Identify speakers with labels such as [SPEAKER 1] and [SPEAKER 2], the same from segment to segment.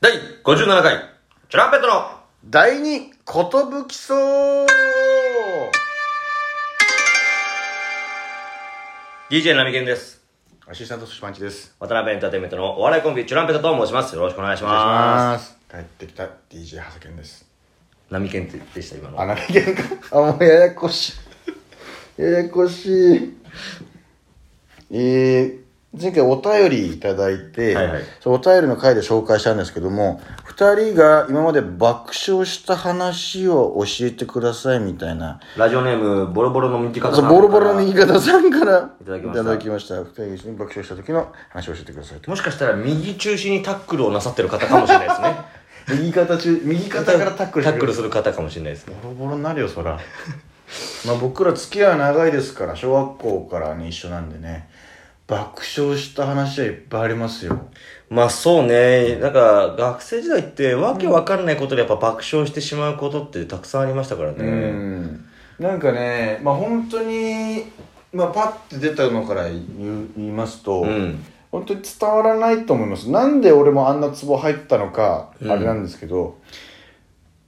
[SPEAKER 1] 第57回、チュランペットの
[SPEAKER 2] 第二ことぶきそう
[SPEAKER 1] DJ ナミケンです。
[SPEAKER 2] アシスタント寿司パンチです
[SPEAKER 1] 渡辺エンターテインメントのお笑いコンビ、チュランペットと申します。よろしくお願いし
[SPEAKER 2] お
[SPEAKER 1] ます。
[SPEAKER 2] す帰ってきた DJ ハサケンです
[SPEAKER 1] ナミケンってでした、今の。
[SPEAKER 2] あなみけんかあもうややこしいや やこしいえー、前回お便りいただいて、
[SPEAKER 1] はいはい
[SPEAKER 2] そのお便りの回で紹介したんですけども2人が今まで爆笑した話を教えてくださいみたいな
[SPEAKER 1] ラジオネーム、ボロボロの右肩
[SPEAKER 2] そうボロボロの言い方さんから
[SPEAKER 1] いただきました
[SPEAKER 2] ました二人が一緒に爆笑した時の話を教えてくださいと
[SPEAKER 1] もしかしたら右中心にタックルをなさってる方かもしれないですね。
[SPEAKER 2] 右肩中 右肩からタックル
[SPEAKER 1] タックルする方かもしれないですね。
[SPEAKER 2] ボロボロになるよそら まあ僕ら付き合いは長いですから小学校からね一緒なんでね爆笑した話はいっぱいありますよ
[SPEAKER 1] まあそうね、なんか学生時代ってわけわかんないことでやっぱ爆笑してしまうことってたくさんありましたからね。
[SPEAKER 2] うんなんかねまあ本当にまあパッて出たのから言う言いますと、
[SPEAKER 1] うん
[SPEAKER 2] 本当に伝わらないと思いますなんで俺もあんなツボ入ったのか、あれなんですけど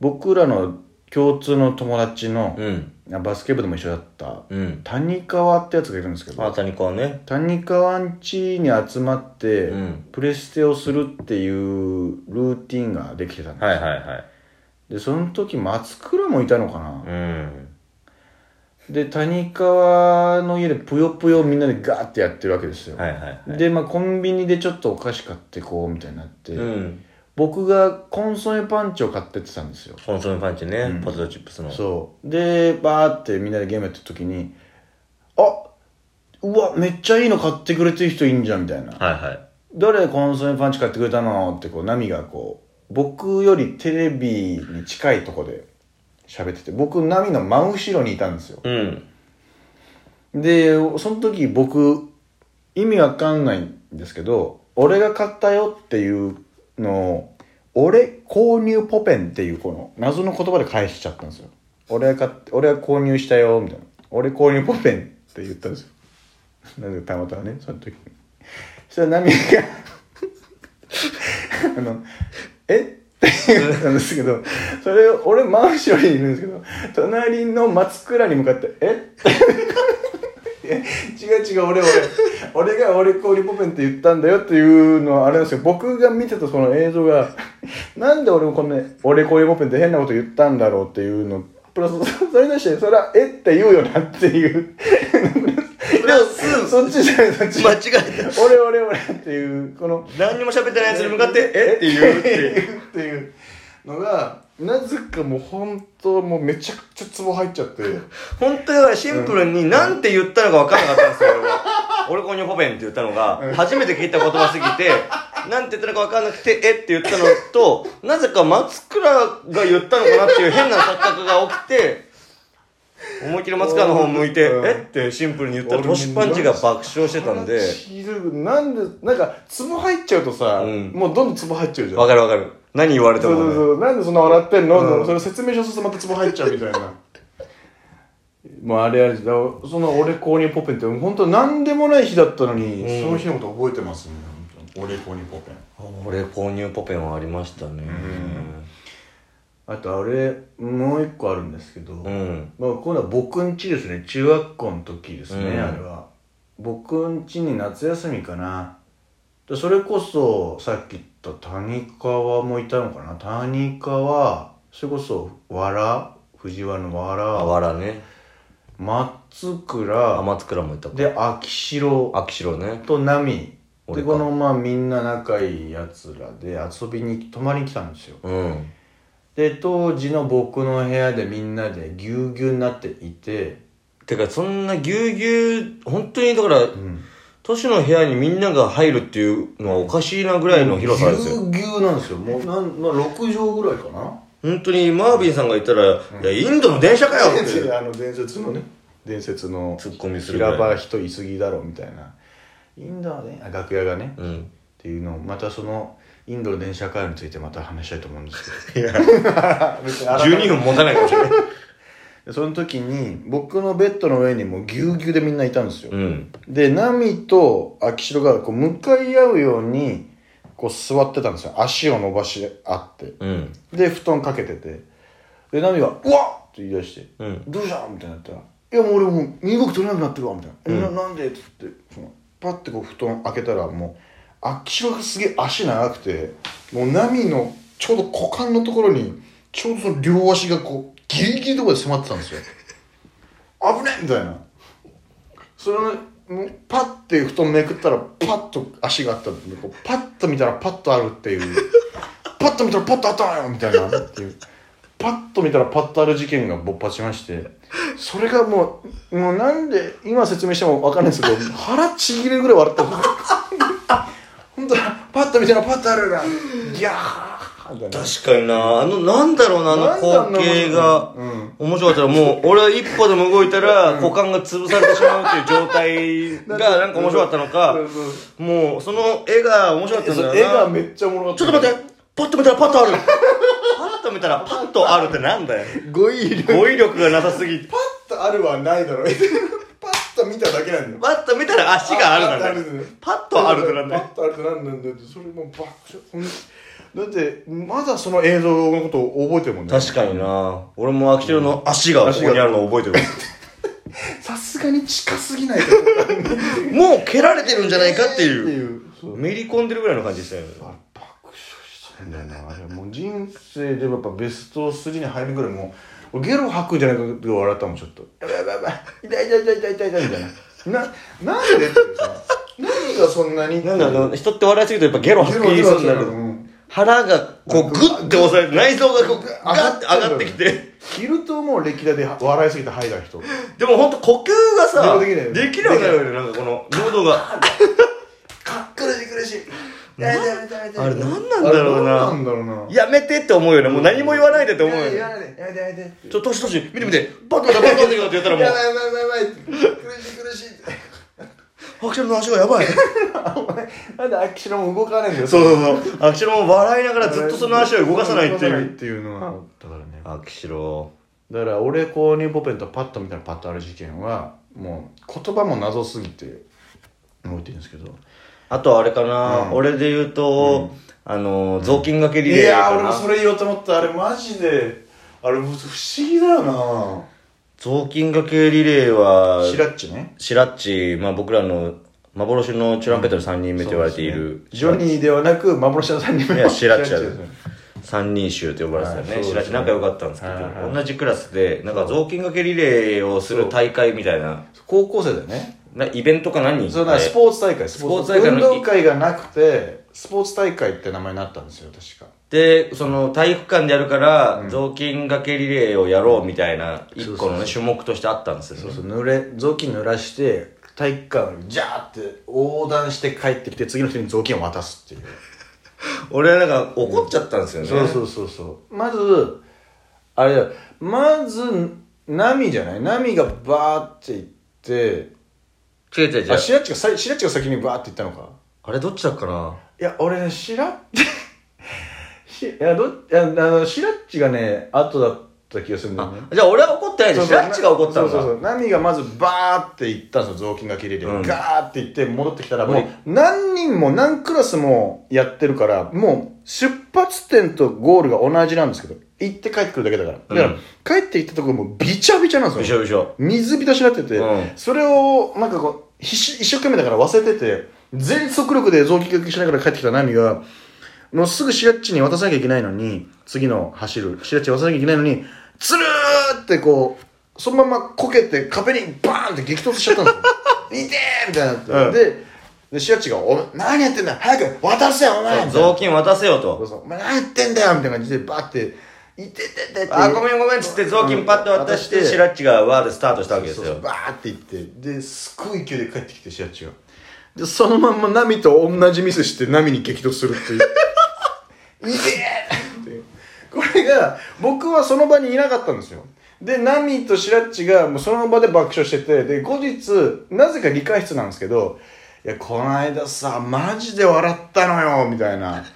[SPEAKER 2] 僕らの共通の友達の
[SPEAKER 1] う、ん。
[SPEAKER 2] バスケ部でも一緒だった、
[SPEAKER 1] うん。
[SPEAKER 2] 谷川ってやつがいるんですけど
[SPEAKER 1] あ、谷川ね。
[SPEAKER 2] 谷川んちに集まって、
[SPEAKER 1] うん
[SPEAKER 2] プレステをするっていうルーティンができてたんです、
[SPEAKER 1] はいはいはい。
[SPEAKER 2] でその時松倉もいたのかな、
[SPEAKER 1] うん。
[SPEAKER 2] で谷川の家でぷよぷよみんなでガーってやってるわけですよ、
[SPEAKER 1] はいはいはい。
[SPEAKER 2] で、まあ、コンビニでちょっとお菓子買ってこうみたいになって、
[SPEAKER 1] うん。
[SPEAKER 2] 僕がコンソメパンチを買ってってたんですよ、
[SPEAKER 1] コンソメパンチね、
[SPEAKER 2] うん
[SPEAKER 1] ポテトチップスの。
[SPEAKER 2] そうでバーってみんなでゲームやってる時にあうわめっちゃいいの買ってくれてる人いいんじゃんみたいな
[SPEAKER 1] はいはい。
[SPEAKER 2] どれコンソメパンチ買ってくれたのってこう、ナミがこう、僕よりテレビに近いとこで喋ってて、僕、ナミの真後ろにいたんですよ。
[SPEAKER 1] うん。
[SPEAKER 2] で、その時僕、意味わかんないんですけど、俺が買ったよっていうのを、俺購入ポペンっていうこの謎の言葉で返しちゃったんですよ。俺が買って、俺が購入したよ、みたいな。俺購入ポペンって言ったんですよ。なんでたまたまね、その時に。そしたらナミが、あの、えって言ったんですけど、それを俺真後ろにいるんですけど、隣の松倉に向かって、え って違う違う俺俺俺が俺氷ポペンって言ったんだよっていうのはあれなんですよ僕が見てたその映像がなんで俺もこんな俺氷ポペンって変なこと言ったんだろうっていうのプラスそそれにしてそれはえって言うよなっていう
[SPEAKER 1] プラス
[SPEAKER 2] そっちじゃないそっち
[SPEAKER 1] 間違えた。
[SPEAKER 2] 俺俺俺っていうこの
[SPEAKER 1] 何にも喋ってないやつに向かって、えって言うって いう。
[SPEAKER 2] 言うっていうのがなぜかもう本当もうめちゃくちゃツボ入っちゃって
[SPEAKER 1] 本当はシンプルに何て言ったのか分からなかったんですよ、俺 は。俺購入ポペンって言ったのが、初めて聞いた言葉すぎて、何て言ったのか分からなくて、えって言ったのと、なぜか松倉が言ったのかなっていう変な錯覚が起きて、思いっきり松倉の方向いて、
[SPEAKER 2] うん
[SPEAKER 1] えってシンプルに言ったら、トシパンチが爆笑してたんで、
[SPEAKER 2] なんでなんかツボ入っちゃうとさ、
[SPEAKER 1] うん
[SPEAKER 2] もうどんどんツボ入っちゃうじゃん
[SPEAKER 1] わかるわかる。何言われて
[SPEAKER 2] そう
[SPEAKER 1] も
[SPEAKER 2] そ
[SPEAKER 1] ね、
[SPEAKER 2] うそうなんでそんな笑ってんの、
[SPEAKER 1] うん
[SPEAKER 2] それ説明書するとまたツボ入っちゃうみたいなもうあれあれだからその俺購入ポペンって本当なんでもない日だったのに、
[SPEAKER 1] うん
[SPEAKER 2] その日のこと覚えてますね本当に俺購入ポペン
[SPEAKER 1] 俺購入ポペンはありましたね。
[SPEAKER 2] あとあれもう一個あるんですけど、
[SPEAKER 1] うん。
[SPEAKER 2] まあ、今度は僕ん家ですね中学校の時ですね、
[SPEAKER 1] うん
[SPEAKER 2] あれは僕ん家に夏休みかなでそれこそさっき言った谷川もいたのかな谷川それこそわら藤原のわ
[SPEAKER 1] あ
[SPEAKER 2] ら
[SPEAKER 1] わらね。
[SPEAKER 2] 松倉
[SPEAKER 1] 天津倉もいたか。
[SPEAKER 2] で秋城
[SPEAKER 1] 秋城ね。
[SPEAKER 2] と波
[SPEAKER 1] 俺
[SPEAKER 2] で
[SPEAKER 1] か
[SPEAKER 2] このまあみんな仲いいやつらで遊びに泊まりに来たんですよ
[SPEAKER 1] うん。
[SPEAKER 2] で当時の僕の部屋でみんなでぎゅうぎゅうになっていて、
[SPEAKER 1] てかそんなぎゅうぎゅう本当にだから、都市の部屋にみんなが入るっていうのはおかしいなぐらいの広さですよ
[SPEAKER 2] ぎゅうぎゅうなんですよもうなん、まあ、6畳ぐらいかな
[SPEAKER 1] 本当にマービンさんがいたら「いやインドの電車かよ」って いう
[SPEAKER 2] あの伝説のね伝説の
[SPEAKER 1] ツッコミするぐらい
[SPEAKER 2] 平場人いすぎだろみたいなインドはねあ楽屋がね、
[SPEAKER 1] う
[SPEAKER 2] っ
[SPEAKER 1] ん
[SPEAKER 2] ていうのをまたそのインドの電車会についてまた話したいと思うんです
[SPEAKER 1] い や
[SPEAKER 2] けど
[SPEAKER 1] 12分持たないかもしれない
[SPEAKER 2] その時に僕のベッドの上にもうぎゅうぎゅうでみんないたんですよ、
[SPEAKER 1] うん
[SPEAKER 2] でナミと秋代がこう向かい合うようにこう座ってたんですよ足を伸ばしあって
[SPEAKER 1] うん。
[SPEAKER 2] で布団かけててでナミが「うわっ!」って言い出して「
[SPEAKER 1] うん
[SPEAKER 2] どうした?」みたいになったら「いやもう俺もう身動き取れなくなってるわ」みたいな「えななんで?」っつってそのパッてこう布団開けたらもう秋代がすげえ足長くてもうナミのちょうど股間のところにちょうどその両足がこうギリギリのところで迫ってたんですよ危ねえみたいなそれのパッて布団めくったらパッと足があったんでこうパッと見たらパッとあるっていうパッと見たらパッとあったのよみたいなっていうパッと見たらパッとある事件が勃発しましてそれがもうもうなんで今説明しても分かんないですけど腹ちぎれるぐらい笑った本当だパッと見たらパッとあるなギャーみたいな
[SPEAKER 1] 確かになあの、なんだろうな、あの光景が。
[SPEAKER 2] うん
[SPEAKER 1] 面白かったらも う、俺は一歩でも動いたら、股間が潰されてしまうっていう状態が、なんか面白かったのか、もう、その絵が面白かったんだよな。
[SPEAKER 2] 絵がめっちゃおもろかった
[SPEAKER 1] ちょっと待って、パッと見たらパッとある。パッと見たらパッとあるってなんだよ。
[SPEAKER 2] 語彙力
[SPEAKER 1] 語彙力がなさすぎて。
[SPEAKER 2] パッとあるはないだろ パッと見ただけなんだよ
[SPEAKER 1] パッと見たら足があるなん
[SPEAKER 2] ああ
[SPEAKER 1] だ
[SPEAKER 2] る
[SPEAKER 1] よ
[SPEAKER 2] ね。
[SPEAKER 1] パッとあるってなんだよ
[SPEAKER 2] パ。ッとあるってなんなんだよそれもう爆笑ほんだってまだその映像のことを覚えてるもんね
[SPEAKER 1] 確かにな俺も秋代の足がここにあるの覚えて
[SPEAKER 2] さすがに近すぎない と思う
[SPEAKER 1] る。 もう蹴られてるんじゃないかって
[SPEAKER 2] って
[SPEAKER 1] いう。
[SPEAKER 2] いうそう
[SPEAKER 1] めり込んでるぐらいの感じでしたよね。
[SPEAKER 2] あれ爆笑したんだよなあれもう人生でやっぱベスト3に入るぐらいもうゲロ吐くんじゃないかって笑ったもんちょっとやばいやばいやばい痛い痛い痛い痛い痛い痛いみたいなななんでっていうさ何がそんなに
[SPEAKER 1] なんだろうな人って笑いすぎるとやっぱゲロ吐きそうになる。
[SPEAKER 2] うん
[SPEAKER 1] 腹がこうグッて押されて、内臓がこうガッて上がってきて。
[SPEAKER 2] いるともう歴代で笑いすぎて吐いた人
[SPEAKER 1] でもほんと呼吸がさ、
[SPEAKER 2] できないよね
[SPEAKER 1] できなくなるよね。なんかこの喉が。
[SPEAKER 2] かっ苦しい苦しい痛い痛い痛い痛い
[SPEAKER 1] あれ何なんだろうな
[SPEAKER 2] あれ何なんだろうな
[SPEAKER 1] やめてって思うよね。もう何も言わないでって思うよ
[SPEAKER 2] いや
[SPEAKER 1] ね。
[SPEAKER 2] やめてやめてやめて
[SPEAKER 1] ちょ、としとし、見て見て、バッと見たバッと見たって言ったらも
[SPEAKER 2] や
[SPEAKER 1] う
[SPEAKER 2] ばい、やばいやばいやばい苦しい苦しい
[SPEAKER 1] アクションの足がやばい。
[SPEAKER 2] なんでアキシロも動かないんだよ
[SPEAKER 1] そうそうそう。アクションも笑いながらずっとその足を動かさないってい
[SPEAKER 2] 動か
[SPEAKER 1] う。
[SPEAKER 2] ていうのはだからね
[SPEAKER 1] アクシロ
[SPEAKER 2] だから俺購入ポペンとパッと見たらパッとある事件はもう言葉も謎すぎて覚えてるんですけど
[SPEAKER 1] あとあれかな、
[SPEAKER 2] うん
[SPEAKER 1] 俺で言うと、あの、雑巾掛け
[SPEAKER 2] い
[SPEAKER 1] リレー
[SPEAKER 2] や
[SPEAKER 1] か
[SPEAKER 2] ー俺も
[SPEAKER 1] な。
[SPEAKER 2] それ言おうと思ったあれマジであれ不思議だよ
[SPEAKER 1] 雑巾掛けリレーは
[SPEAKER 2] な、しらっちね
[SPEAKER 1] シラッチ、まあ僕らの幻のチュランペットの3人目と言われている、
[SPEAKER 2] ジョニーではなく幻の3人目
[SPEAKER 1] い
[SPEAKER 2] は
[SPEAKER 1] や、シ ラッチャ
[SPEAKER 2] シラ
[SPEAKER 1] ル。三人衆と呼ばれてたよ
[SPEAKER 2] はいそう
[SPEAKER 1] ね。
[SPEAKER 2] です
[SPEAKER 1] シ
[SPEAKER 2] ね
[SPEAKER 1] ラッチ仲良かったんですけ
[SPEAKER 2] はいは
[SPEAKER 1] ど、
[SPEAKER 2] い
[SPEAKER 1] 同じクラスで、なんか雑巾掛けリレーをする大会みたいな、
[SPEAKER 2] 高校生だよね
[SPEAKER 1] なイベントか何
[SPEAKER 2] そうなんかスポーツ大会ス
[SPEAKER 1] スポーツ大会の
[SPEAKER 2] 運動会がなくてスポーツ大会って名前になったんですよ確か
[SPEAKER 1] で、その体育館でやるから、雑巾掛けリレーをやろうみたいな、一個のね、種目としてあったんですよね。
[SPEAKER 2] そう濡れ雑巾濡らして体育館をジャーって横断して帰ってきて次の人に雑巾を渡すっていう
[SPEAKER 1] 俺はなんか怒っちゃったんですよね。
[SPEAKER 2] そうそうそうそうまずあれだまず波じゃない波がバーって行って
[SPEAKER 1] 違う違う違う
[SPEAKER 2] あ。しらっちがさしらっちが先にバーって行ったのか
[SPEAKER 1] あれどっちだっかない
[SPEAKER 2] や、俺ね、しらっ、 し、いや、ど、いや、あの、しらっちがね、後だった気がするんだよね。
[SPEAKER 1] じゃあ俺は怒ってないで、シラッチが怒ったん
[SPEAKER 2] そうそう
[SPEAKER 1] だ。
[SPEAKER 2] そう。ナミがまずバーって行ったんですよ、雑巾が切れて。
[SPEAKER 1] うん
[SPEAKER 2] ガーって行って戻ってきたら、もう何人も何クラスもやってるから、もう出発点とゴールが同じなんですけど、行って帰ってくるだけだから。だから、帰ってきたところもうびちゃびちゃなんですよ。
[SPEAKER 1] びしょびしょ。
[SPEAKER 2] 水浸しになってて、
[SPEAKER 1] うん
[SPEAKER 2] それをなんかこうひし一生懸命だから忘れてて全速力で臓器掛けしながら帰ってきたナミがもうすぐシラッチに渡さなきゃいけないのに次の走るシラッチに渡さなきゃいけないのにつるーってこうそのままこけて壁にバーンって激突しちゃったんですよ痛えみたいになって、
[SPEAKER 1] うん
[SPEAKER 2] ででシラッチが「お前何やってんだよ早く渡せよお前」みたいな
[SPEAKER 1] 雑巾渡せよ
[SPEAKER 2] そう
[SPEAKER 1] と。
[SPEAKER 2] そうお前何やってんだよ」みたいな感じでバーって「いてててて」
[SPEAKER 1] あ、ごめんごめんっつって雑巾パッと渡して、シラッチがわーでスタートしたわけです
[SPEAKER 2] そうそう
[SPEAKER 1] よ。
[SPEAKER 2] バーって行ってですごい勢いで帰ってきてシャチがでそのまんまナミと同じミスしてナミに激突するっていう いてえってこれが僕はその場にいなかったんですよでナミとシラッチがもうその場で爆笑しててで後日なぜか理解室なんですけど「いやこの間さマジで笑ったのよ」みたいな「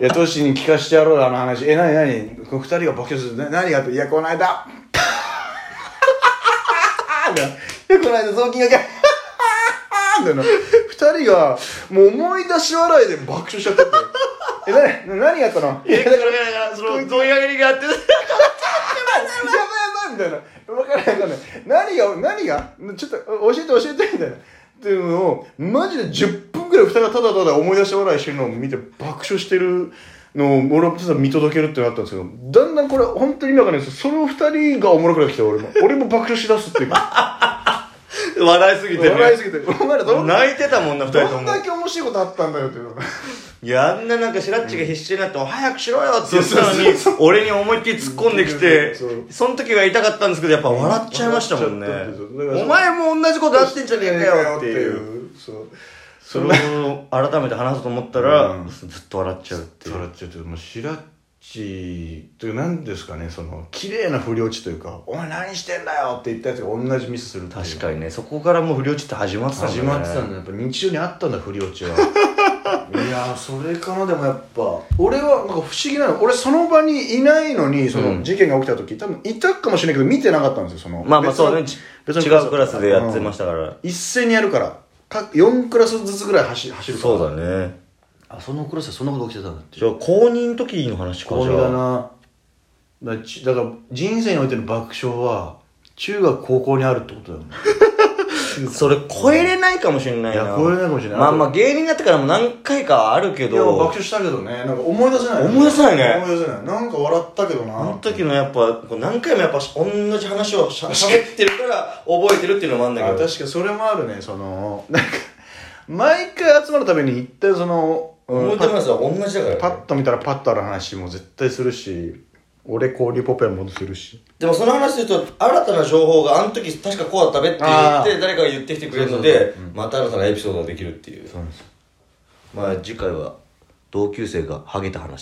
[SPEAKER 2] いやトシに聞かしてやろうよあの話え何何この二人が爆笑するな何があっていやこの間あーみたいな。この間雑巾がけ、あーみたいな。二人が、もう思い出し笑いで爆笑しちゃってて。え、なに、何やったの
[SPEAKER 1] え、だから、だから、その、問い上げがあって、
[SPEAKER 2] やばいやばいみたいな。わからないわからない。何が、何がちょっと教えて教えてみたいな。っていうのを、マジで10分くらい二人がただただ思い出して笑いしてるのを見て爆笑してるのを、俺はただ見届けるってなったんですけど、だんだんこれ本当に今からね、その二人がおもろくなってきて、俺も。俺も爆笑しだすっていうか。
[SPEAKER 1] 笑いすぎてね。
[SPEAKER 2] 笑いすぎて。お前らどんだ
[SPEAKER 1] 泣いてたもんな、二人と
[SPEAKER 2] どん
[SPEAKER 1] も。
[SPEAKER 2] だけ面白いことあったんだよっていうのが。
[SPEAKER 1] いや、あんななんか、しらっちが必死になって、お早くしろよって言ってたのに
[SPEAKER 2] そうそ、
[SPEAKER 1] 俺に思いっきり突っ込んできて
[SPEAKER 2] そう、
[SPEAKER 1] その時は痛かったんですけど、やっぱ笑っちゃいましたもんね
[SPEAKER 2] 笑っちゃったんですよだか。ら
[SPEAKER 1] お前も同じことやってんじゃねえかよっていう。
[SPEAKER 2] う。そう。
[SPEAKER 1] それを改めて話そうと思ったら
[SPEAKER 2] う、ん
[SPEAKER 1] ずっと笑っちゃうってい
[SPEAKER 2] 取ら
[SPEAKER 1] う。
[SPEAKER 2] っちゃってもうしらっちという何ですかねその綺麗な不良地というか「お前何してんだよ」って言ったやつが同じミスするっていう
[SPEAKER 1] 確かにね、そこからもう不良地って始まってたんだね。
[SPEAKER 2] 始まってたんだやっぱ日常にあったんだ不良地は いやーそれかなでもやっぱ俺はなんか不思議なの俺その場にいないのにそうの
[SPEAKER 1] ん
[SPEAKER 2] 事件が起きた時、多分いたかもしれないけど見てなかったんですよその
[SPEAKER 1] まあまあ
[SPEAKER 2] 別の
[SPEAKER 1] そうね、ち
[SPEAKER 2] 別の
[SPEAKER 1] 違うクラスでやってましたから。
[SPEAKER 2] 一斉にやるからか4クラスずつぐらい走走るから
[SPEAKER 1] そうだね。
[SPEAKER 2] あそのクラスでそんなこと起きてたんだって
[SPEAKER 1] じゃあ、公認の時の話か、
[SPEAKER 2] 高
[SPEAKER 1] じ
[SPEAKER 2] 2だ
[SPEAKER 1] ゃあ。
[SPEAKER 2] なだからちだから人生においての爆笑は中学高校にあるってことだよね
[SPEAKER 1] それ超えれないかもしれないな。
[SPEAKER 2] いや超えれないかもしれない
[SPEAKER 1] まあまあ芸人になってからも何回かはあるけ
[SPEAKER 2] いや爆
[SPEAKER 1] ど、
[SPEAKER 2] 笑したけどねなんか思い出せない
[SPEAKER 1] 思い出せないね
[SPEAKER 2] 思い出せないなんか笑ったけど
[SPEAKER 1] あの
[SPEAKER 2] な
[SPEAKER 1] 時のやっぱ、こう何回もやっぱ同じ話をしゃ喋ってるから覚えてるっていうのもあるんだ
[SPEAKER 2] あ
[SPEAKER 1] け
[SPEAKER 2] 確か
[SPEAKER 1] ど
[SPEAKER 2] に。それもあるねそのなんか毎回集まるために一旦その、うん
[SPEAKER 1] 思い出話は同じだからね、
[SPEAKER 2] パッと見たらパッとある話も絶対するし俺氷ポペンもするし
[SPEAKER 1] でもその話で言うと新たな情報があの時確かこうだったべって言
[SPEAKER 2] あ
[SPEAKER 1] って
[SPEAKER 2] ー
[SPEAKER 1] 誰かが言ってきてくれるの
[SPEAKER 2] そう
[SPEAKER 1] で
[SPEAKER 2] そうそううん
[SPEAKER 1] また新たなエピソードができるっていうまあ次回は同級生がハゲた話